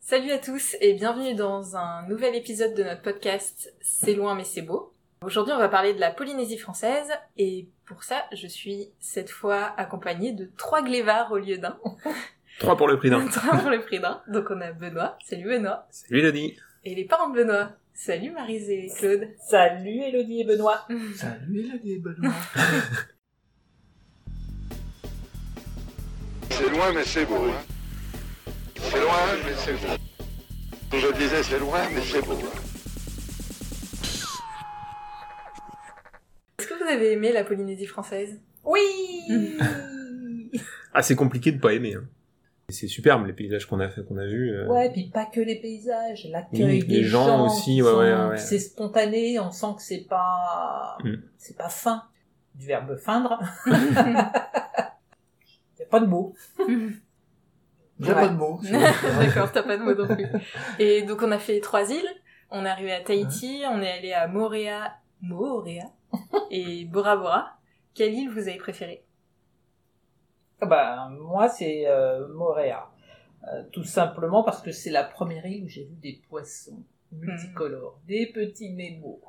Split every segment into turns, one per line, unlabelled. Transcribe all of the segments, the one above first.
Salut à tous et bienvenue dans un nouvel épisode de notre podcast C'est loin mais c'est beau. Aujourd'hui on va parler de la Polynésie française et pour ça je suis cette fois accompagnée de trois glévards au lieu d'un.
Trois pour le prix d'un.
Trois pour le prix d'un. Donc on a Benoît, salut Benoît.
Salut Elodie.
Et les parents de Benoît, salut Marise et Claude.
Salut Elodie et Benoît.
Salut Elodie, Benoît.
C'est loin, mais c'est beau. Hein. C'est loin, mais c'est beau. Je disais, c'est loin, mais c'est beau. hein.
Est-ce que vous avez aimé la Polynésie française
Oui
Ah, c'est compliqué de pas aimer. Hein. Et C'est superbe les paysages qu'on a fait, qu'on a vus. euh.
Ouais, puis pas que les paysages, l'accueil
Oui,
des
les gens aussi,
qui
ouais,
sont-
ouais, ouais.
C'est spontané, on sent que c'est pas,
Mm.
c'est pas fin. Du verbe feindre, y a pas de mot.
Il n'y a
Ouais.
pas de mots.
D'accord, t'as pas de mots non plus. Et donc on a fait trois îles. On est arrivé à Tahiti, on est allé à Morea, Moorea et Bora Bora. Quelle île vous avez préférée
Ah Ben, moi, c'est euh, Moréa. Euh, tout simplement parce que c'est la première île où j'ai vu des poissons multicolores, des petits mémos.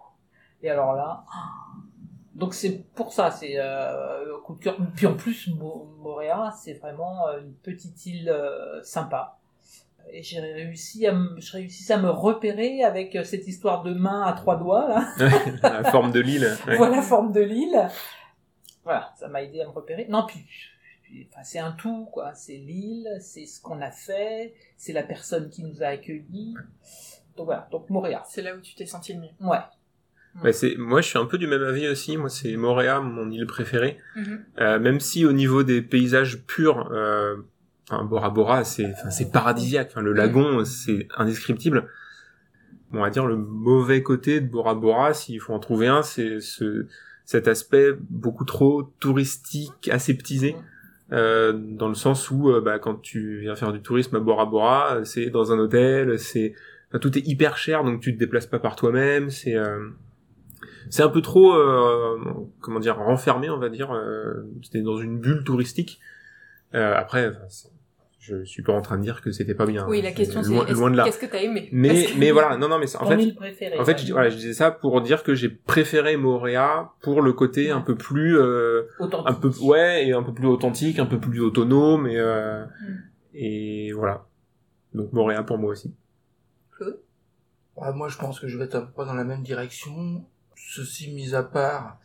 Et alors là, ah. donc c'est pour ça, c'est euh, coup de cœur. Puis en plus, Mo- Moréa, c'est vraiment euh, une petite île euh, sympa. Et j'ai réussi à, me- je réussis à me repérer avec euh, cette histoire de main à trois doigts là
la forme de l'île. ouais.
voilà la forme de l'île. Voilà, ça m'a aidé à me repérer. Non, puis, puis, enfin, c'est un tout, quoi. C'est l'île, c'est ce qu'on a fait, c'est la personne qui nous a accueillis. Donc voilà, donc Moria.
C'est là où tu t'es senti le mieux.
Ouais.
Ouais, Bah, c'est, moi, je suis un peu du même avis aussi. Moi, c'est Moréa, mon île préférée. Euh, même si au niveau des paysages purs, euh, enfin, Bora Bora, c'est, enfin, c'est paradisiaque. Enfin, le lagon, c'est indescriptible. Bon, on va dire le mauvais côté de Bora Bora, s'il faut en trouver un, c'est ce, cet aspect beaucoup trop touristique, aseptisé. Euh, dans le sens où euh, bah, quand tu viens faire du tourisme à Bora Bora, euh, c'est dans un hôtel, c'est enfin, tout est hyper cher, donc tu te déplaces pas par toi-même. C'est euh, c'est un peu trop euh, comment dire renfermé, on va dire. Euh, c'était dans une bulle touristique. Euh, après, enfin, c'est- je suis pas en train de dire que c'était pas bien. hein,
Oui, la
C'est
question c'est
loin,
est-ce-
loin de là.
qu'est-ce que t'as aimé
Mais
Parce que-
mais voilà, non non mais c'est- en
Ton
fait
île préférée.
en fait,
ouais.
je, voilà, je disais ça pour dire que j'ai préféré Moréa pour le côté un peu plus, euh,
Authentique.
un peu, ouais, et un peu plus authentique, un peu plus autonome, et, euh, et voilà. Donc Moréa pour moi aussi.
Ah, moi, je pense que je vais être un peu dans la même direction. Ceci mis à part,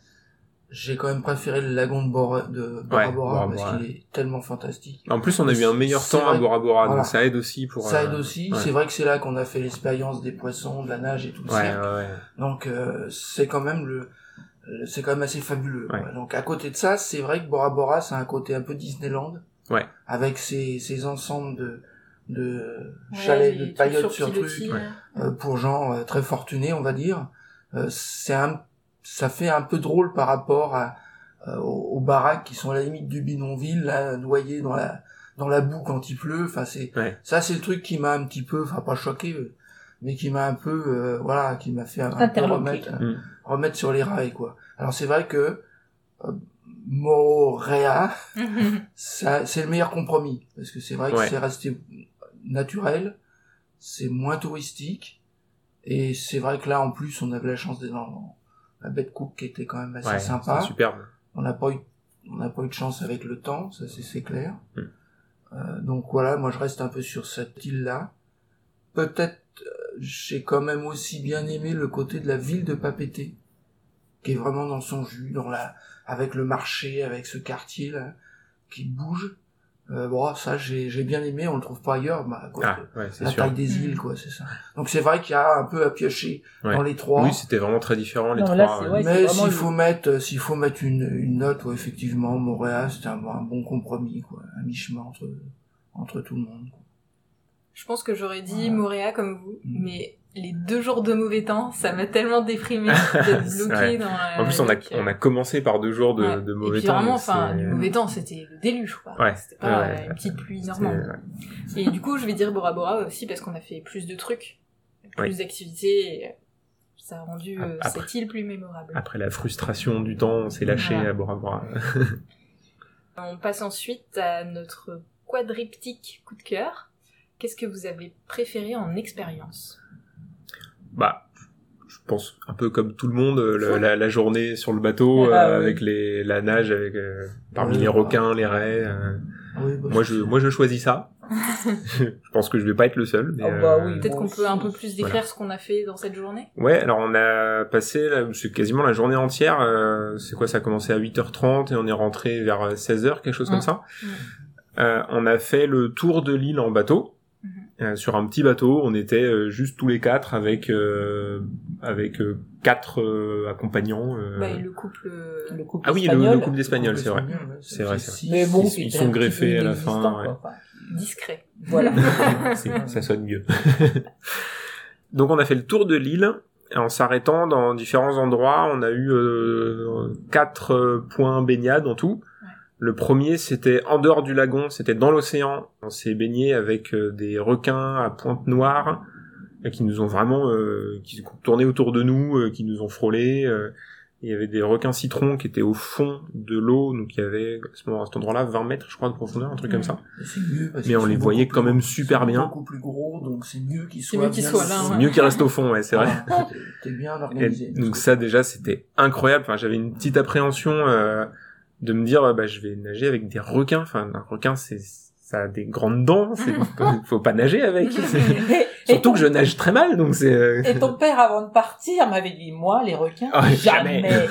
j'ai quand même préféré le lagon de Bora, de Bora,
Ouais,
Bora,
Bora
parce
Bora.
qu'il est tellement fantastique.
En plus, on a eu un meilleur
C'est
temps à
vrai.
Bora Bora,
Voilà.
donc ça aide aussi pour.
ça
euh,
aide aussi.
ouais.
C'est vrai que c'est là qu'on a fait l'expérience des poissons, de la nage et tout
Ouais,
ça.
ouais, ouais.
Donc, euh, c'est quand même le, euh, c'est quand même assez fabuleux.
Ouais.
quoi. Donc, à côté de ça, c'est vrai que Bora Bora, c'est un côté un peu Disneyland.
Ouais.
Avec ses, ses ensembles de, de
Ouais,
chalets,
les
de paillotes
trucs
sur
pilotis,
trucs.
là.
euh, pour gens euh, très fortunés, on va dire. Euh, c'est un, ça fait un peu drôle par rapport à, euh, aux, aux baraques qui sont à la limite du bidonville, là, noyées dans la dans la boue quand il pleut. Enfin, c'est
Ouais.
ça, c'est le truc qui m'a un petit peu, enfin pas choqué, euh, mais qui m'a un peu, euh, voilà, qui m'a fait un, un peu
Interloqué.
remettre euh,
Mm.
remettre sur les rails quoi. Alors c'est vrai que euh, Moréa, ça, c'est le meilleur compromis parce que c'est vrai que
Ouais.
c'est resté naturel, c'est moins touristique et c'est vrai que là en plus on avait la chance d'être dans la bête coupe qui était quand même assez
Ouais,
sympa.
c'est superbe.
On n'a pas eu on n'a pas eu de chance avec le temps, ça c'est, c'est clair.
Mm.
Euh, donc voilà, moi je reste un peu sur cette île là. Peut-être euh, j'ai quand même aussi bien aimé le côté de la ville de Papété qui est vraiment dans son jus, dans la avec le marché, avec ce quartier là qui bouge. Euh, bon, ça j'ai, j'ai bien aimé, on le trouve pas ailleurs, bah, à cause
Ah,
de
ouais, c'est
la
sûr.
taille des îles quoi, c'est ça. Donc c'est vrai qu'il y a un peu à piocher
Ouais.
dans les trois.
Oui, c'était vraiment très différent les
Non,
trois.
là, c'est-
euh,
Mais
ouais, c'est vraiment
s'il
le-
faut mettre, euh, s'il faut mettre une, une note, ouais, effectivement, Montréal, c'était un, un bon compromis, quoi, un mi-chemin entre entre tout le monde. quoi.
Je pense que j'aurais dit
Ouais.
Moréa comme vous,
Mm.
mais les deux jours de mauvais temps, ça m'a tellement déprimée d'être
C'est
bloquée
vrai.
dans la...
En plus, on a,
donc, euh,
on a commencé par deux jours de,
ouais.
de mauvais
Et puis
temps.
vraiment,
mais
enfin,
c'est- euh,
le mauvais temps, c'était le déluge, quoi.
Ouais,
C'était pas
ouais,
euh, une petite pluie
c'est-
normale. Et du coup, je vais dire Bora Bora aussi parce qu'on a fait plus de trucs, plus
Oui. Ah,
d'activités. et Ça a rendu euh,
Après- Ah.
cette île plus mémorable.
Après la frustration du temps, on s'est lâché
Voilà.
à Bora Bora.
On passe ensuite à notre quadriptyque coup de cœur. Qu'est-ce que vous avez préféré en expérience
Bah, je pense un peu comme tout le monde, euh, le- la, la journée sur le bateau
Ah,
euh,
oui.
avec les la nage avec euh, parmi
Oui.
les requins, les raies. euh,
Oui, bah,
moi je moi je choisis ça. je pense que je vais pas être le seul. Mais,
Ah bah
euh,
oui.
Peut-être
Moi
qu'on peut
aussi.
un peu plus décrire
Voilà.
ce qu'on a fait dans cette journée.
Ouais, alors on a passé là, c'est quasiment la journée entière. euh, c'est quoi Ça a commencé à 8h30 et on est rentré vers 16h, quelque chose
Mm.
comme ça.
Mm.
Euh, on a fait le tour de l'île en bateau.
Mhm.
Euh, sur un petit bateau, on était euh, juste tous les quatre avec euh, avec euh, quatre euh, accompagnants. euh,
Bah, et le couple. euh,
Le couple
Ah oui, le-
espagnol.
le, couple d'espagnols, c'est vrai.
espagnol, ouais,
C'est vrai, c'est
six.
Mais bon,
Ils-
qui
ils
était
sont
un petit
greffés
peu
à la fin,
inexistant,
ouais.
quoi. Enfin,
Discret.
Voilà.
C'est- ça sonne mieux. Donc on a fait le tour de l'île en s'arrêtant dans différents endroits. On a eu euh, quatre euh, points baignades en tout. Le premier, c'était en dehors du lagon, c'était dans l'océan. On s'est baigné avec euh, des requins à pointe noire euh, qui nous ont vraiment, euh, qui tournaient autour de nous, euh, qui nous ont frôlés. euh. il y avait des requins citrons qui étaient au fond de l'eau, donc il y avait à ce moment- à cet endroit-là 20 mètres, je crois, de profondeur, un truc comme ça.
Et c'est mieux parce
Mais
qu'ils
on les
sont
voyait
beaucoup
quand même
plus-
super
ils sont
bien.
Beaucoup plus gros, donc c'est mieux qu'ils
C'est
soient.
mieux qu'ils
bien
soient là,
ici.
ouais.
Mieux qu'ils restent au fond, ouais, c'est vrai.
Ah, t'es- T'es bien
Et
organisé.
donc ça déjà c'était incroyable. Enfin j'avais une petite appréhension euh, de me dire euh, bah je vais nager avec des requins. Enfin un requin c'est ça a des grandes dents, c'est faut pas nager avec. C'est-
Et- et
Surtout que je nage très mal donc c'est euh,
Et ton père, avant de partir, m'avait dit, moi, les requins,
Ah,
jamais.
jamais.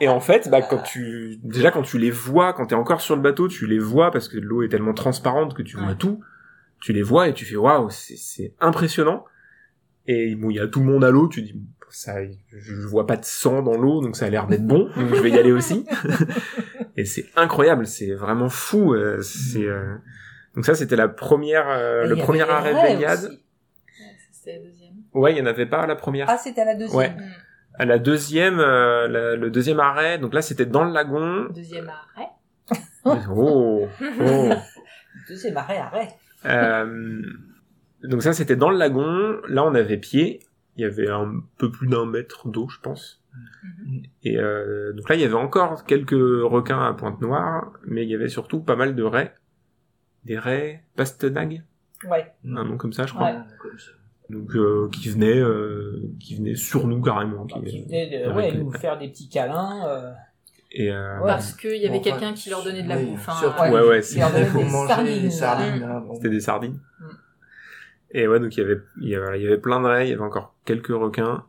et en fait bah quand tu déjà quand tu les vois quand t'es encore sur le bateau tu les vois parce que l'eau est tellement transparente que tu vois
Ouais.
tout. Tu les vois et tu fais waouh c'est c'est impressionnant. Et bon il y a tout le monde à l'eau tu dis ça je vois pas de sang dans l'eau donc ça a l'air d'être bon donc je vais y aller aussi. Et c'est incroyable, c'est vraiment fou. euh, c'est euh, donc ça c'était la première, euh,
Et
le
il y
premier
avait les
arrêt
raies
baignade.
aussi.
Ouais, ça, C'était la deuxième.
Ouais, il y en avait pas à la première.
Ah, c'était à la deuxième.
Ouais.
Ah.
À la deuxième, euh, la- le deuxième arrêt. Donc là c'était dans le lagon.
Deuxième arrêt.
Oh. oh.
Deuxième arrêt, arrêt.
Euh, donc ça c'était dans le lagon. Là on avait pied. Il y avait un peu plus d'un mètre d'eau, je pense.
Mhm.
Et euh, donc là il y avait encore quelques requins à pointe noire, mais il y avait surtout pas mal de raies, des raies, pastenagues,
Ouais.
un nom comme ça, je crois.
Ouais.
Comme ça.
donc euh, qui venait euh, qui venait sur nous carrément qui-
Bah, qui venait de-
euh,
ouais,
avec les-
nous faire des petits câlins. euh,
et euh,
Ouais.
Parce qu'il y avait
Bon,
quelqu'un
ouais,
qui leur donnait de la
oui,
bouffe. hein.
surtout.
Ouais,
ouais ouais
Il
c'est-
leur donnait
pour
des
manger les
sardines,
sardines. là, bon.
c'était des sardines
Mm.
et ouais donc il y avait il y avait, il y avait plein de raies il y avait encore quelques requins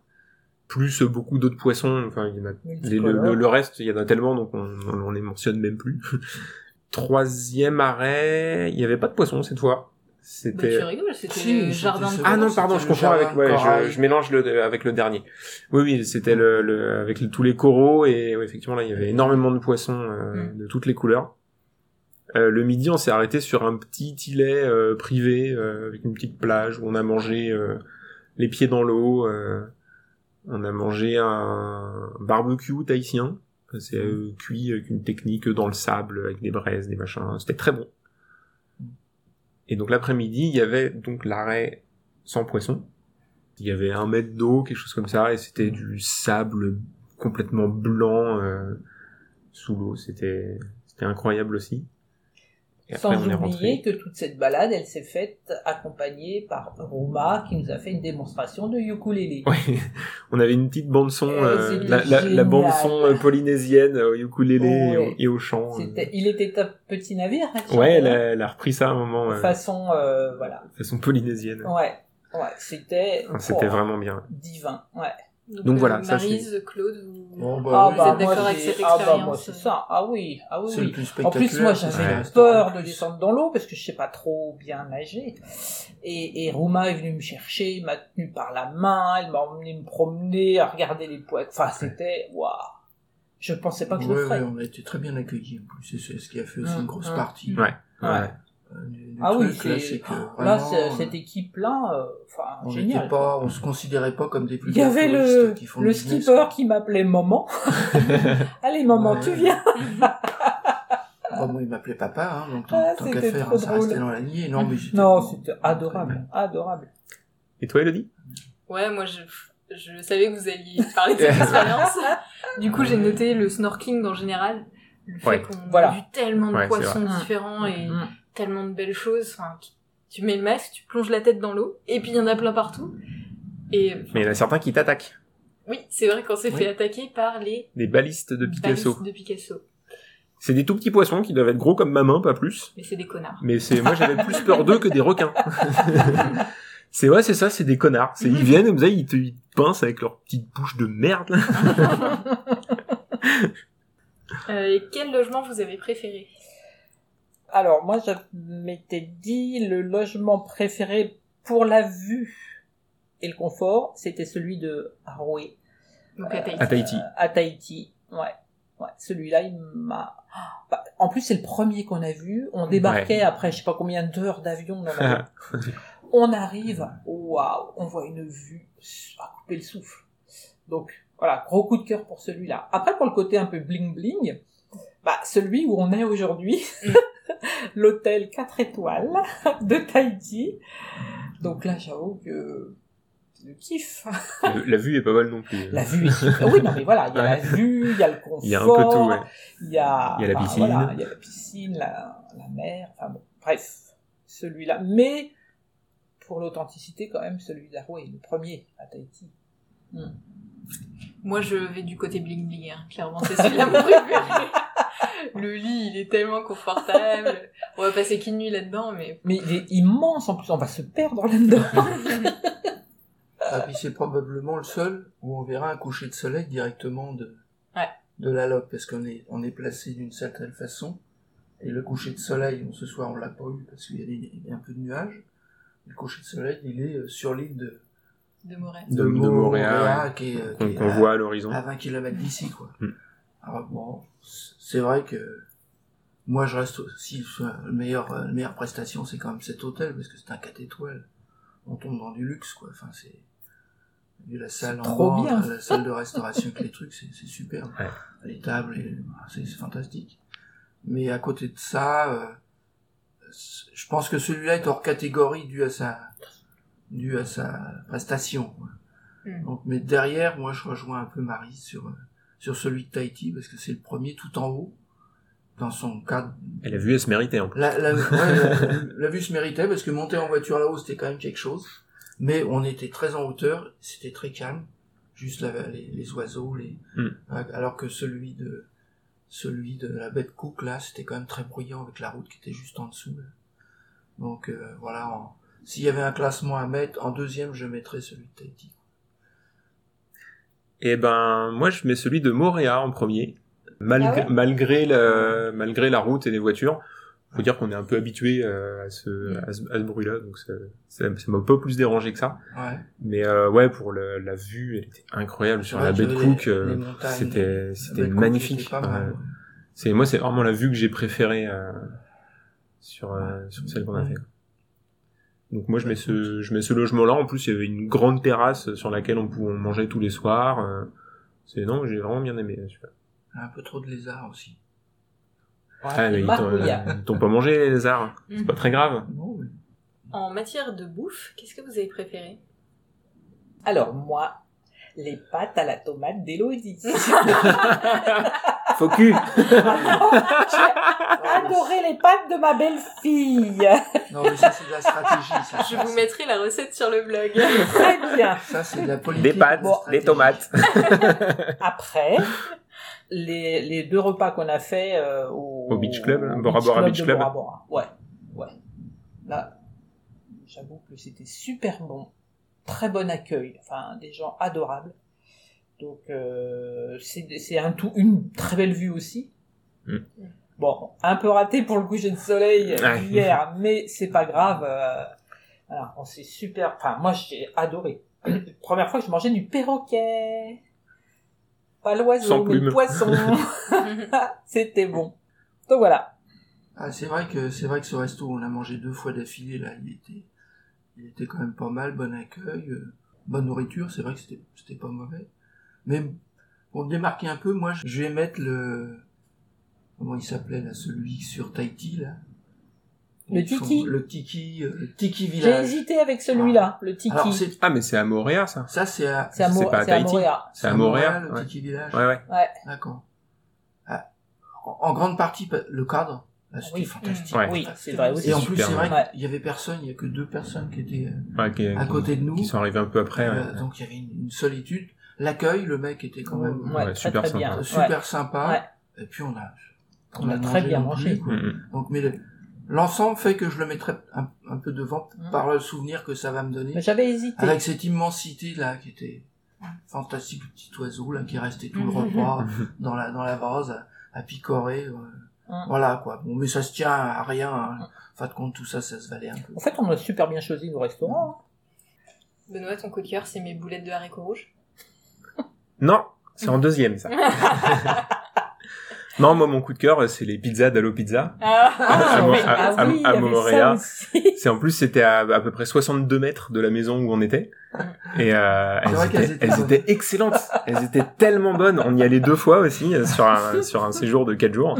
plus beaucoup d'autres poissons enfin il y en a les- le,
multicolores.
le- le reste il y en a tellement donc on, on, on les mentionne même plus troisième arrêt il y avait pas de poissons cette fois
Bah, tu
c'était
rigoles, c'était
Si,
le
c'était
jardin de
ce-
ah non,
C'était
pardon,
le
je confonds avec,
jardin
ouais,
corail.
je, je mélange le, avec le dernier. Oui, oui, c'était le, le- avec le- tous les coraux et ouais, effectivement là, il y avait énormément de poissons euh,
Mm.
de toutes les couleurs. Euh, le midi, on s'est arrêté sur un petit îlet euh, privé euh, avec une petite plage où on a mangé euh, les pieds dans l'eau. euh, on a mangé un barbecue tahitien. C'est euh, cuit avec une technique dans le sable, avec des braises, des machins. C'était très bon. Et donc l'après-midi, il y avait donc l'arrêt sans poisson. Il y avait un mètre d'eau, quelque chose comme ça, et
Mm.
c'était du sable complètement blanc euh, sous l'eau. C'était c'était incroyable aussi. Et
Sans
après, on est
oublier
rentré.
que toute cette balade, elle s'est faite accompagnée par Roma, qui nous a fait une démonstration de ukulélé.
Ouais. On avait une petite bande son,
Eh,
euh,
c'était
la, la- la
génial.
bande son euh, polynésienne au ukulélé et,
Ouais.
au, et au chant. euh.
C'était- Il était un petit navire. hein,
Ouais, elle a,
Charles,
elle a repris ça à un moment,
hein,
euh,
Façon, euh, voilà.
façon polynésienne.
Ouais, ouais, c'était
C'était
oh,
vraiment bien.
divin. Ouais.
Donc,
Donc
euh,
voilà, ça,
Maryse, Claude, vous-
Oh,
Bon, bah,
Ah,
oui,
bah,
êtes d'accord
moi,
avec
j'ai-
cette
ah, bah, moi,
expérience,
c'est
euh.
ça. Ah oui, ah oui.
c'est le
oui.
plus
En
spectaculaire.
plus, moi,
c'est
j'avais
le
peur
restaurant.
de descendre dans l'eau parce que je sais pas trop bien nager. Et, et Rouma est venue me chercher, m'a tenu par la main, elle m'a emmené me promener, à regarder les poissons. Enfin, c'était, waouh. Je pensais pas que je
Ouais,
le ferais.
ouais, on a été très bien accueillis en plus, et c'est ce qui a fait aussi
Mm,
une grosse
mm.
partie.
Ouais.
Ouais.
ouais.
Euh, du- du
ah oui,
truc, là,
c'est, ah,
c'est que
là,
vraiment, euh,
c'est- cette équipe-là, euh, enfin,
on
génial.
n'était pas, on se considérait pas comme des plus
Il y avait le,
qui font
le
business.
skipper qui m'appelait maman. Allez, maman,
Ouais.
tu viens.
Oh, moi, il m'appelait papa, hein, donc tant,
Ah,
tant qu'à
c'était
faire,
trop
hein, ça restait
drôle.
dans la lignée. Non, mais ils étaient
Non,
vraiment-
c'était adorable, adorable.
Et toi, Elodie
Ouais, moi je, je savais que vous alliez parler de cette expérience. Du coup, j'ai noté le snorkeling en général. Le fait
Ouais.
qu'on
Voilà.
a vu tellement de
Ouais, c'est
poissons
vrai.
différents et
Mm.
tellement de belles choses. Enfin, tu mets le masque, tu plonges la tête dans l'eau, et puis il y en a plein partout. Et
Mais il y en a certains qui t'attaquent.
oui, c'est vrai qu'on s'est
Oui.
fait attaquer par les
Des balistes de Picasso.
balistes de Picasso.
C'est des tout petits poissons qui doivent être gros comme ma main, pas plus.
Mais c'est des connards.
Mais c'est moi j'avais plus peur d'eux que des requins. c'est ouais, c'est ça, c'est des connards. C'est ils viennent comme ça, ils te, ils te pincent avec leur petite bouche de merde. là.
Euh, et quel logement vous avez préféré
Alors, moi, je m'étais dit, le logement préféré pour la vue et le confort, c'était celui de Haroué,
Donc à Tahiti.
À Tahiti.
à Tahiti. Ouais. Ouais, celui-là, il m'a. Ah, bah, en plus, c'est le premier qu'on a vu. On débarquait après, je sais pas combien d'heures d'avion. dans la- on arrive, waouh, on voit une vue à couper le souffle. Donc voilà, gros coup de cœur pour celui-là. Après pour le côté un peu bling bling, bah celui où on est aujourd'hui, l'hôtel 4 étoiles de Tahiti. Donc là j'avoue que le kiff.
Le- La vue est pas mal non plus.
La vue est super. Oui non mais voilà, il y a la vue, il y a le confort,
Il y a un peu tout, ouais.
il y a,
Il y a la
enfin,
piscine.
voilà, il y a la piscine, la, la mer, enfin bon, bref, celui-là. Mais pour l'authenticité, quand même, celui d'Aroué, le premier à Tahiti.
Moi, je vais du côté bling bling, hein. clairement, c'est celui-là mon préféré. Le lit, il est tellement confortable. On va passer qu'une nuit là-dedans, mais
Mais il est immense en plus, on va se perdre là-dedans.
Ah, puis c'est probablement le seul où on verra un coucher de soleil directement de,
Ouais.
de la loque, parce qu'on est, on est placé d'une certaine façon. Et le coucher de soleil, bon, ce soir on l'a pas eu parce qu'il y, a des- il y a un peu de nuages. Le coucher de soleil, il est euh, sur l'île de,
de Moret.
De- de Moréa,
Moréa, qui est, euh,
Qu'on
qui est
qu'on
à-
voit à l'horizon.
à 20 km d'ici, quoi.
Mm.
Alors bon, c'est vrai que moi je reste aussi enfin, le meilleur, euh, la meilleure prestation, c'est quand même cet hôtel parce que c'est un 4 étoiles. On tombe dans du luxe, quoi. Enfin, c'est vu la salle en
trop
bas,
bien.
la salle de restauration avec les trucs, c'est c'est superbe.
Ouais.
Les tables, et- c'est c'est fantastique. Mais à côté de ça, euh, c'est- je pense que celui-là est hors catégorie dû à sa dû à sa prestation. quoi.
Mm.
Donc, mais derrière, moi, je rejoins un peu Marie sur, euh, sur celui de Tahiti, parce que c'est le premier tout en haut, dans son cadre.
Et la vue, elle se méritait en plus.
La, la, ouais, la- la vue se méritait, parce que monter en voiture là-haut, c'était quand même quelque chose. Mais on était très en hauteur, c'était très calme, juste la- les, les oiseaux, les... euh,
Mm.
alors que celui de celui de la baie de Cook, là, c'était quand même très bruyant avec la route qui était juste en dessous. là. Donc euh, voilà, en- s'il y avait un classement à mettre, en deuxième, je mettrais celui de Tahiti.
Et ben, moi, je mets celui de Moréa en premier. Malgré,
Ah ouais
malgré, la, malgré la route et les voitures. Faut dire qu'on est un peu habitué euh, à
Mm.
ce, à ce, à ce bruit-là, donc ça ça- ça m'a pas plus dérangé que ça.
Ouais.
Mais euh, ouais, pour le- la vue, elle était incroyable sur
Ouais,
la
tu
baie de
vois, les-
Cook. euh,
les montagnes,
C'était
Bah,
c'était
écoute,
magnifique.
c'était pas mal,
Euh,
ouais.
C'est moi, c'est vraiment la vue que j'ai préférée euh, sur euh, sur celle qu'on a
Ouais. Bah,
fait. Donc moi, je mets ce je mets ce logement-là. En plus, il y avait une grande terrasse sur laquelle on pouvait manger tous les soirs. euh, C'est non, j'ai vraiment bien aimé. celui-là.
Un peu trop de lézards aussi.
Ah, mais ils t'ont
Marouilla.
ils t'ont pas mangé les lézards. C'est
Mm.
pas très grave.
Non, mais...
En matière de bouffe, qu'est-ce que vous avez préféré
Alors moi, les pâtes à la tomate d'Élodie.
Faux cul.
Ah,
Adorer les pâtes de ma belle-fille.
Non, mais ça, c'est de la stratégie. Ça,
Je
Ça,
vous
c'est-
mettrai la recette sur le blog.
Très bien.
Ça, c'est de la politique.
Des pâtes,
de la
des
stratégie.
tomates.
Après, les, les deux repas qu'on a fait euh, au,
Au Beach Club, hein,
au
Bora Bora
Club
Beach
de
Club.
Bora Bora. Ouais, ouais. Là, j'avoue que c'était super bon, très bon accueil, enfin des gens adorables. Donc euh, c'est c'est un tout, une très belle vue aussi.
Mm.
Bon, un peu raté pour le coucher de soleil
Ouais.
hier, mais c'est pas grave. euh, voilà, on s'est super. Enfin, moi j'ai adoré. Première fois que je mangeais du perroquet. Pas
Sans
l'oiseau, mais
plume.
le poisson. C'était bon. Donc voilà.
Ah, c'est vrai que, c'est vrai que ce resto, on a mangé deux fois d'affilée, là. Il était, il était quand même pas mal, bon accueil, euh, bonne nourriture. C'est vrai que c'était, c'était pas mauvais. Mais pour me démarquer un peu, moi, je vais mettre le, comment il s'appelait, là, celui sur Tahiti, là.
Le
Son-
tiki.
Le tiki, euh, le tiki
J'ai
village.
hésité avec celui-là, le tiki.
Alors, c'est,
Ah, mais c'est à Moréa, ça.
ça, c'est à,
C'est à,
c'est
Mo-
pas à
c'est à
Tahiti.
Moréa.
C'est à Moréa.
le
Ouais,
tiki village.
ouais. ouais.
Euh, D'accord. Ah, En en grande partie, pa- le cadre, Là, c'était
Oui.
fantastique.
Ouais.
Oui, c'est vrai aussi.
Et en plus,
super,
c'est vrai
ouais.
qu'il y avait personne, il y a que deux personnes qui étaient euh,
Ouais, qui,
à
qui-
côté de nous.
qui sont arrivés un peu après.
Euh,
ouais.
Donc il y avait une, une solitude. L'accueil, le mec était quand même
Ouais,
Ouais, très,
super
très
sympa.
euh,
bien.
super sympa.
Ouais.
Et puis on a,
On a très bien
non plus,
mangé.
quoi.
Mm, mm.
Donc mais le- l'ensemble fait que je le mettrais un, un peu devant
Mm.
par le souvenir que ça va me donner.
Mais J'avais hésité.
Avec cette immensité là qui était fantastique, le petit oiseau là qui restait tout le
Mm-hmm.
repas dans la dans la vase à, à picorer. euh,
Mm.
Voilà quoi. Bon mais ça se tient à rien. Hein. Fin de compte tout ça, ça se valait un peu.
En fait, on a super bien choisi nos restaurants.
Benoît, ton coup de cœur, c'est mes boulettes de haricots rouges.
Non, c'est en deuxième ça. non, moi mon coup de cœur, c'est les pizzas d'Allo Pizza.
Ah,
Ah,
oui,
à- à-
oui, il y
à
avait ça
Montréal.
aussi.
C'est en plus c'était à à peu près 62 mètres de la maison où on était et euh,
Ah, C'est vrai
elles,
qu'elles
étaient,
étaient
elles
bonnes.
étaient excellentes. Elles étaient tellement bonnes. On y allait deux fois aussi euh, sur un sur un séjour de quatre jours.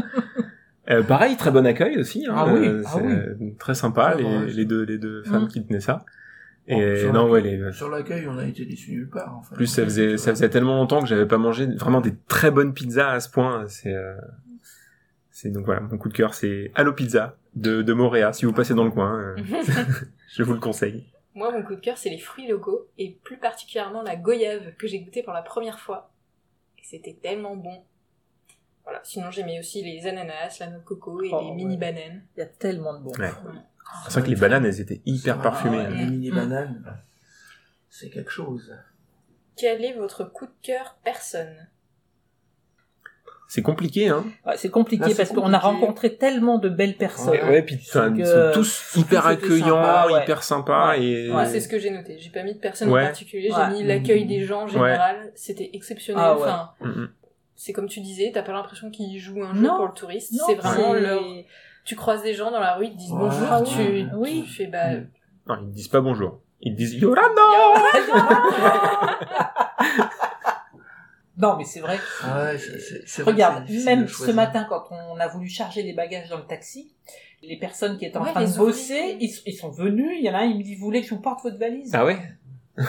Euh, pareil, très bon accueil aussi. hein.
Ah oui,
Euh,
ah
c'est,
oui.
euh, très sympa
Très bon,
les,
ouais. Oh,
les deux les deux
Mm.
femmes qui tenaient ça.
Bon,
Et
sur
non
la-
ouais les
Sur l'accueil, on a été déçus nulle part. En fait.
en plus ça faisait ça faisait tellement longtemps que j'avais pas mangé vraiment des très bonnes pizzas à ce point. C'est euh, c'est donc voilà mon coup de cœur c'est Allo Pizza de de Moréa. Si vous passez dans le coin, euh, je vous le conseille.
Moi, mon coup de cœur, c'est les fruits locaux, et plus particulièrement la goyave que j'ai goûtée pour la première fois. Et c'était tellement bon. Voilà. Sinon, j'aimais aussi les ananas, la noix de coco et
Oh,
les
ouais.
mini bananes.
Il y a tellement de bons.
Ouais.
Ah,
C'est vrai que les
ouais.
bananes, elles étaient hyper
Ah,
parfumées.
ouais,
hein.
Les
Mm.
mini bananes, c'est quelque chose.
Quel est votre coup de cœur personne
C'est compliqué, hein.
Ouais, c'est compliqué
Là, c'est
parce qu'on
compliqué.
a rencontré tellement de belles personnes.
Ouais, ouais,
puis
putain,
ils
ils
sont
sont
tous hyper
tous étaient
accueillants,
sympas, ouais.
hyper sympas
Ouais.
et
Ouais.
C'est ce que j'ai noté. J'ai pas mis de personne
Ouais.
en particulier. J'ai
Ouais.
mis l'accueil des gens en général. C'était exceptionnel.
Ah ouais.
Enfin,
Mm, mm.
c'est comme tu disais, t'as pas l'impression qu'ils jouent un jeu
Non.
pour le touriste.
Non,
C'est vraiment
c'est-
leur tu croises des gens dans la rue, ils te disent
Ouais.
bonjour,
Ah
tu,
ouais.
Oui.
tu fais bah.
Mm.
non, ils disent pas bonjour. Ils disent Yolanda.
Non, mais c'est vrai.
Ah Ouais, c'est- c'est- c'est vrai que c'est
Regarde,
difficile de
même ce
choisir.
matin, quand on a voulu charger les bagages dans le taxi, les personnes qui étaient en
Ouais,
train
les
de bosser,
ouvriers.
ils, ils sont venus. Il y en a un, il me dit, vous voulez que je vous porte votre valise
Ah ouais.
Et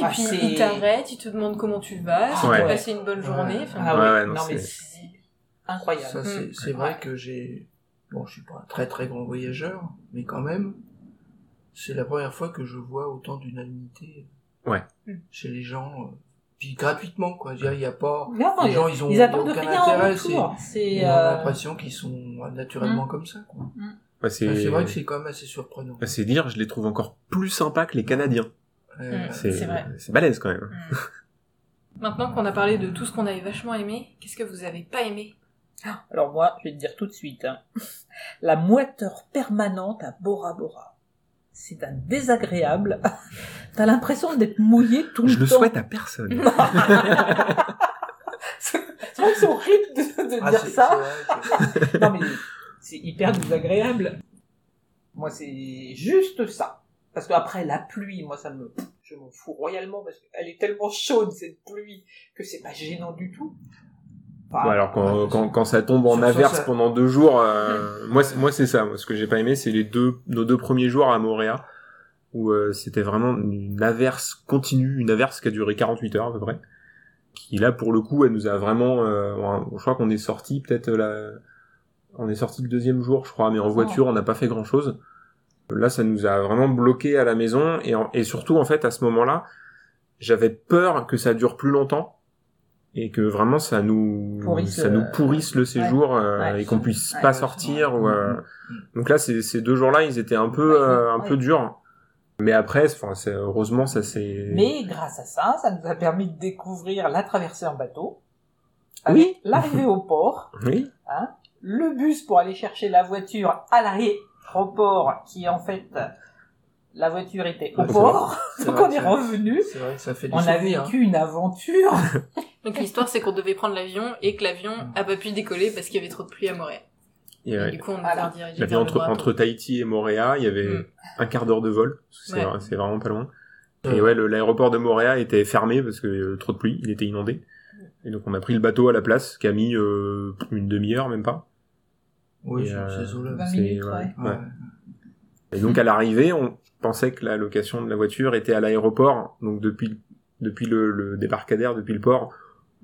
Ah,
puis
c'est-
ils t'arrêtent, ils te demandent comment tu vas, si
Ouais.
t'as passé une bonne journée. Enfin,
Ah
Ouais,
ouais,
ouais, non,
non, mais
c'est-
c'est incroyable.
Ça, c'est c'est vrai que j'ai. Bon, je suis pas un très très grand voyageur, mais quand même, c'est la première fois que je vois autant d'unanimité euh,
Ouais.
Mm.
chez les gens. euh, Puis gratuitement, quoi. Je veux dire, il n'y a pas.
Non,
Les gens, ils ont
ils attendent
aucun
rien en
intérêt,
retour.
On
C'est
a
euh, Mm.
l'impression qu'ils sont euh, naturellement comme ça, quoi.
Bah,
Ça, Ah, C'est
c'est
vrai que c'est quand même assez surprenant.
Bah, c'est dire, je les trouve encore plus sympas que les Canadiens.
Mm.
Euh,
mm, C'est vrai.
C'est balèze quand même.
Maintenant qu'on a parlé de tout ce qu'on avait vachement aimé, qu'est-ce que vous avez pas aimé
Alors moi, je vais te dire tout de suite, hein. la moiteur permanente à Bora Bora. C'est un désagréable. T'as l'impression d'être mouillé tout
Je
le
le
temps.
souhaite à personne.
C'est vrai que c'est horrible de, de
Ah,
dire
c'est-
ça.
c'est vrai que-
Non mais c'est hyper désagréable. Moi, c'est juste ça. Parce qu'après la pluie, moi, ça me, je m'en fous royalement parce qu'elle est tellement chaude cette pluie que c'est pas gênant du tout. Enfin,
Ouais, alors quand,
Ouais.
quand, quand ça tombe en
Sur- sur
averse
ça.
pendant deux jours, euh, moi c'est- moi c'est ça. Moi, ce que j'ai pas aimé, c'est les deux nos deux premiers jours à Moréa où euh, c'était vraiment une averse continue, une averse qui a duré 48 heures à peu près. Qui là pour le coup, elle nous a vraiment. euh, on- je crois qu'on est sorti peut-être euh, la. On est sorti le deuxième jour, je crois, mais
Ah.
en voiture, on n'a pas fait grand chose. Là, ça nous a vraiment bloqué à la maison et, en- et surtout en fait à ce moment-là, j'avais peur que ça dure plus longtemps et que vraiment ça nous
Pourrisse,
ça nous
euh,
pourrisse le séjour euh,
ouais.
et qu'on puisse
Ouais,
pas
ouais, Mm,
sortir
ouais.
ou, euh,
Mhm.
donc là ces, ces deux jours-là ils étaient un peu
Ouais,
euh, un
ouais.
peu durs mais après enfin c'est- heureusement ça s'est
Mais grâce à ça, ça nous a permis de découvrir la traversée en bateau,
Oui.
avec l'arrivée au port,
oui
le bus pour aller chercher la voiture à l'aéroport, qui en fait, la voiture était au
Ouais, c'est
port,
c'est
donc
vrai
on
que
est
ça-
revenu.
C'est vrai que ça fait des
On a
souvenirs, hein.
vécu une aventure.
Donc l'histoire c'est qu'on devait prendre l'avion et que l'avion a pas pu décoller parce qu'il y avait trop de pluie à Montréal.
Et,
Et
euh,
du coup on nous
Voilà.
a redirigés
la vie
vers le
entre
Bora Bora.
entre Tahiti et Moréa il y avait
Mm.
un quart d'heure de vol parce que c'est
Ouais.
vrai- c'est vraiment pas loin
Ouais.
et ouais le- l'aéroport de Moréa était fermé parce que euh, trop de pluie il était inondé
Mm.
et donc on a pris le bateau à la place qui a mis euh, une demi-heure même pas
Oui,
Et,
sur
euh,
ces eaux-là.
20
C'est-
minutes,
ouais,
ouais.
ouais. Et
Mhm.
donc à l'arrivée, on pensait que la location de la voiture était à l'aéroport. Donc depuis depuis le, le débarcadère, depuis le port,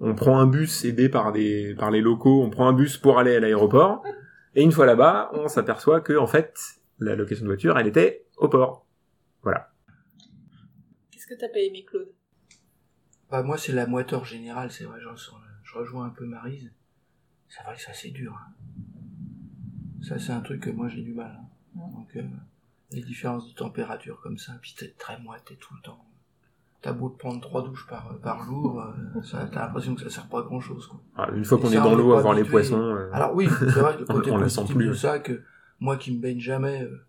on prend un bus aidé par des par les locaux. On prend un bus pour aller à l'aéroport. Et une fois là-bas, on s'aperçoit que, en fait, la location de voiture, elle était au port.
Qu'est-ce que t'as pas aimé, Claude
Bah, moi, c'est la moiteur générale, c'est vrai, j'en sens- je rejoins un peu Marise. C'est vrai que ça, c'est dur. hein. Ça, c'est un truc que moi, j'ai du mal. hein.
Ouais.
Donc, euh, les différences de température comme ça, puis t'es très moite, t'es tout le temps. T'as beau te prendre trois douches par, par jour, euh, ça- t'as l'impression que ça sert pas à grand chose, quoi.
Ah, une fois qu'on
Ça,
est dans
on est
l'eau
pas
à voir les
habitué.
poissons, euh,
Alors oui, c'est vrai, le
On-
côté
on la
positif
sent plus,
de
ouais.
ça, que moi qui me baigne jamais euh,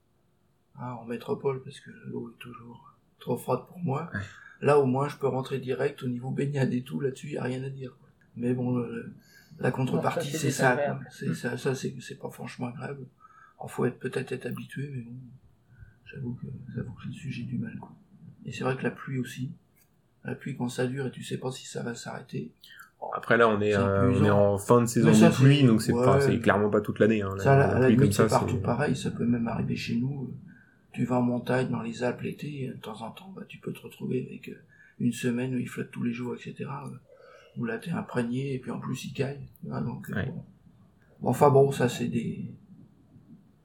hein, en métropole, parce que l'eau est toujours trop froide pour moi,
Ouais.
là au moins je peux rentrer direct au niveau baignade et tout, là-dessus il a rien à dire. quoi. Mais bon, le- la contrepartie
Ouais, ça, c'est
c'est ça, quoi.
désagréable.
C'est ça, ça c'est c'est pas franchement agréable. Alors faut être peut-être être habitué, mais bon, j'avoue que, j'avoue que là-dessus j'ai du mal. Quoi. Et c'est vrai que la pluie aussi, la pluie quand ça dure et tu sais pas si ça va s'arrêter,
après là, on est,
C'est un peu
euh, on est
usant.
en fin de saison
Mais ça,
de pluie,
c'est-
donc c'est
ouais.
pas, c'est clairement pas toute l'année. Hein, la-
Ça, à la,
la
à la
pluie
limite, c'est
comme ça,
partout
c'est-
pareil. Ça peut même arriver chez nous. euh, Tu vas en montagne, dans les Alpes l'été, euh, de temps en temps, bah, tu peux te retrouver avec euh, une semaine où il flotte tous les jours, etc. euh, Où là, t'es imprégné, et puis en plus, il caille. tu vois, donc, euh,
Ouais.
bon. Bon, Enfin bon, ça, c'est des...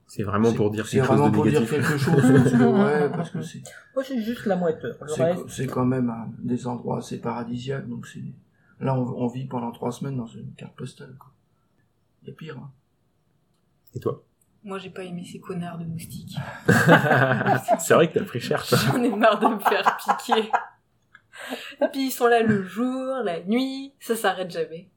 c'est vraiment
c'est-
pour dire
c'est
quelque chose
vraiment
de
pour dire
négatif.
quelque chose, parce que, ouais, parce que c'est...
Moi, c'est juste la moiteur. Le
C'est
reste,
qu- C'est quand même un- des endroits assez paradisiaques, donc c'est. Là, on, on vit pendant trois semaines dans une carte postale, quoi. Il y a pire, hein.
Et toi
Moi, j'ai pas aimé ces connards de moustiques.
C'est vrai que t'as pris cher. toi.
J'en ai marre de me faire piquer. Et puis, ils sont là le jour, la nuit, ça s'arrête jamais.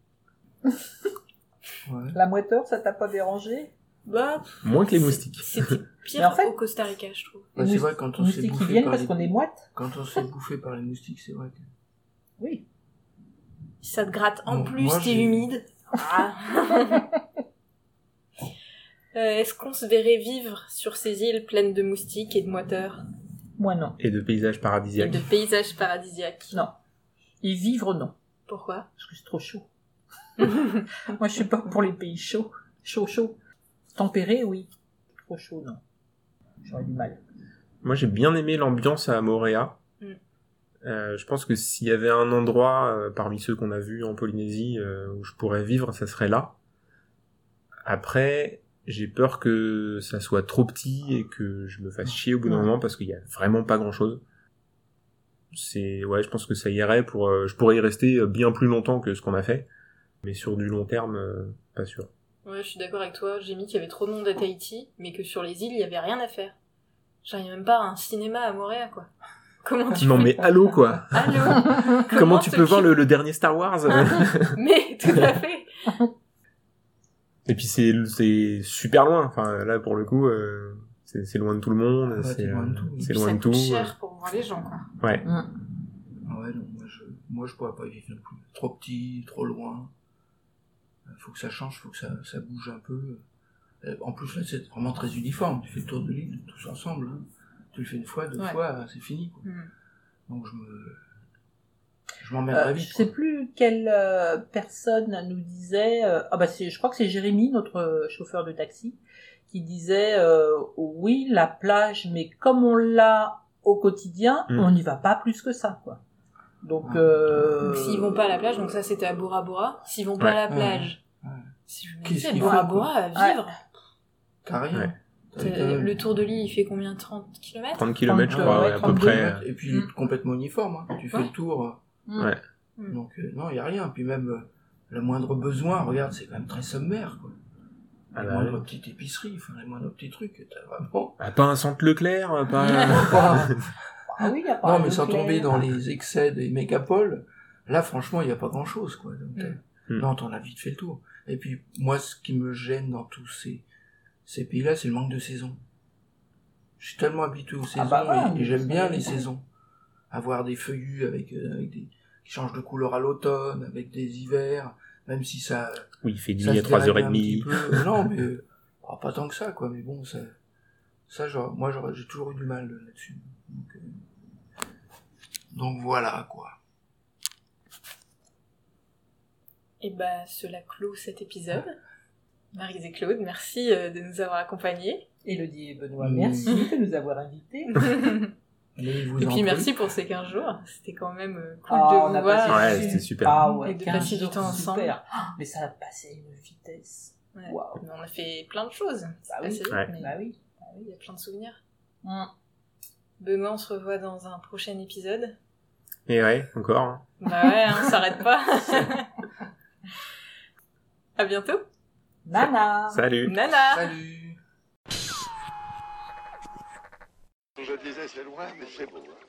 Ouais.
la moiteur, ça t'a pas dérangé
Bah, pff,
Moins que les
c'est-
moustiques.
C'était
Mais
pire
en fait-
au Costa Rica, je trouve.
Ouais, Bah, c'est vrai, quand on s'est
moustiques qui
bouffé
viennent
par
parce
les...
qu'on est moite
Quand on se fait bouffer par les moustiques, c'est vrai que...
Oui.
Ça te gratte en
Moi,
plus,
moi,
t'es
j'ai-
humide. Ah. Euh, Est-ce qu'on se verrait vivre sur ces îles pleines de moustiques et de moiteurs
Moi, non.
Et de paysages
et
paradisiaques.
de paysages paradisiaques
Non. Et vivre, non.
Pourquoi
Parce que c'est trop chaud. Moi, je suis pas pour les pays chauds. Chaud, chaud. Tempéré, oui. Trop chaud, non. J'aurais du mal.
Moi, j'ai bien aimé l'ambiance à Moréa.
Mm.
Euh, je pense que s'il y avait un endroit euh, parmi ceux qu'on a vus en Polynésie euh, où je pourrais vivre, ça serait là. Après, j'ai peur que ça soit trop petit et que je me fasse chier au bout d'un
Ouais.
moment parce qu'il y a vraiment pas grand chose. C'est ouais, je pense que ça irait pour. euh, je pourrais y rester euh, bien plus longtemps que ce qu'on a fait, mais sur du long terme, euh, pas sûr.
Ouais, je suis d'accord avec toi. J'ai mis qu'il y avait trop de monde à Tahiti, mais que sur les îles, il y avait rien à faire. J'arrive même pas à un cinéma à Moréa, quoi. Comment tu
Non mais allô quoi.
fais Allô
Comment, tu peux
t'occupes-
voir le, le dernier Star Wars
Mais tout à fait.
Et puis c'est c'est super loin. Enfin là pour le coup, euh, c'est c'est loin de tout le monde.
Ah, bah,
c'est
t'es loin de
euh,
tout.
Puis
c'est loin
ça
de tout. euh,
coûte cher pour voir les gens, quoi.
Ouais.
Ah Ouais, non, moi je, moi je pourrais pas y vivre non plus. Trop petit, trop loin. Euh, Faut que ça change, faut que ça, ça bouge un peu. Euh, En plus, là, c'est vraiment très uniforme. Tu fais le tour de l'île tous ensemble. hein. Tu le fais une fois, deux
Ouais.
fois, euh, c'est fini. quoi.
Hmm.
Donc je me. Je m'emmerderais
Euh,
vite.
je sais
quoi.
plus quelle euh, personne nous disait. euh, ah bah c'est, je crois que c'est Jérémy, notre euh, chauffeur de taxi, qui disait euh, oui la plage, mais comme on l'a au quotidien,
Mm.
on n'y va pas plus que ça quoi. Donc
Ouais.
euh,
Donc, S'ils vont pas à la plage, donc ça c'était à Bora Bora, s'ils vont pas à la
Hmm.
Ouais.
plage,
Ouais.
si je me
Qu'est-ce
disais,
qu'il
Bora
faut,
Bora à vivre,
T'as rien.
Ouais.
hein. T'as-
t'as-
t'as-
Euh, le tour de l'île il fait combien 30 km
30 km je crois, ouais, à peu
32
près. euh,
Et puis il est
Mm.
complètement uniforme. hein. Tu fais
Ouais.
le tour. euh,
mm.
Ouais.
Mm.
Donc euh, non, il y a rien. Puis même euh, le moindre besoin, regarde, c'est quand même très sommaire. Quoi.
Ah
les
bah
moindres
oui.
petites épiceries, enfin les moindres petits trucs. T'as vraiment.
Ah, pas un centre Leclerc, pas.
Pas-
Ah oui, y a pas
non,
un
mais sans
Leclerc.
tomber dans les excès des mégapoles, là, franchement, il n'y a pas grand-chose, quoi. Donc, euh,
Mm.
Non, t'en as vite fait le tour. Et puis, moi, ce qui me gêne dans tous ces, ces pays-là, c'est le manque de saison. Je suis tellement habitué aux saisons
bah voilà,
et,
mais
et j'aime
ça
bien
dépend.
les saisons. Avoir des feuillus avec, euh, avec des, qui changent de couleur à l'automne, avec des hivers, même si ça,
Oui, il fait
ça
nuit à
se dérègle un
3h30.
petit peu. Non, mais euh, oh, pas tant que ça, quoi. Mais bon, ça, ça genre, moi, j'aurais- j'ai toujours eu du mal euh, là-dessus. Donc, euh, donc voilà, quoi.
Et bah cela clôt cet épisode. Marie et Claude, merci euh, de nous avoir accompagnés.
Elodie et Benoît,
Mm.
merci de nous avoir invités.
et
Mais il vous en
puis
prie.
merci pour ces 15 jours, c'était quand même euh, cool
Ah,
de
on a
vous
passé
voir.
Ouais,
du-
c'était super.
Ah ouais,
Et de
15
passer du
jours,
temps
super.
ensemble.
Ah, Mais ça a passé une vitesse.
Ouais.
Waouh.
Mais On a fait plein de choses.
Bah
Assez
oui.
vite,
Ouais.
mais euh,
Bah oui.
il y a plein de souvenirs.
Hum.
Benoît, on se revoit dans un prochain épisode.
Et ouais, encore. hein.
Bah ouais, hein, on s'arrête pas. à bientôt.
Nana.
Salut.
Nana.
Salut
Je disais c'est loin, mais c'est beau. hein.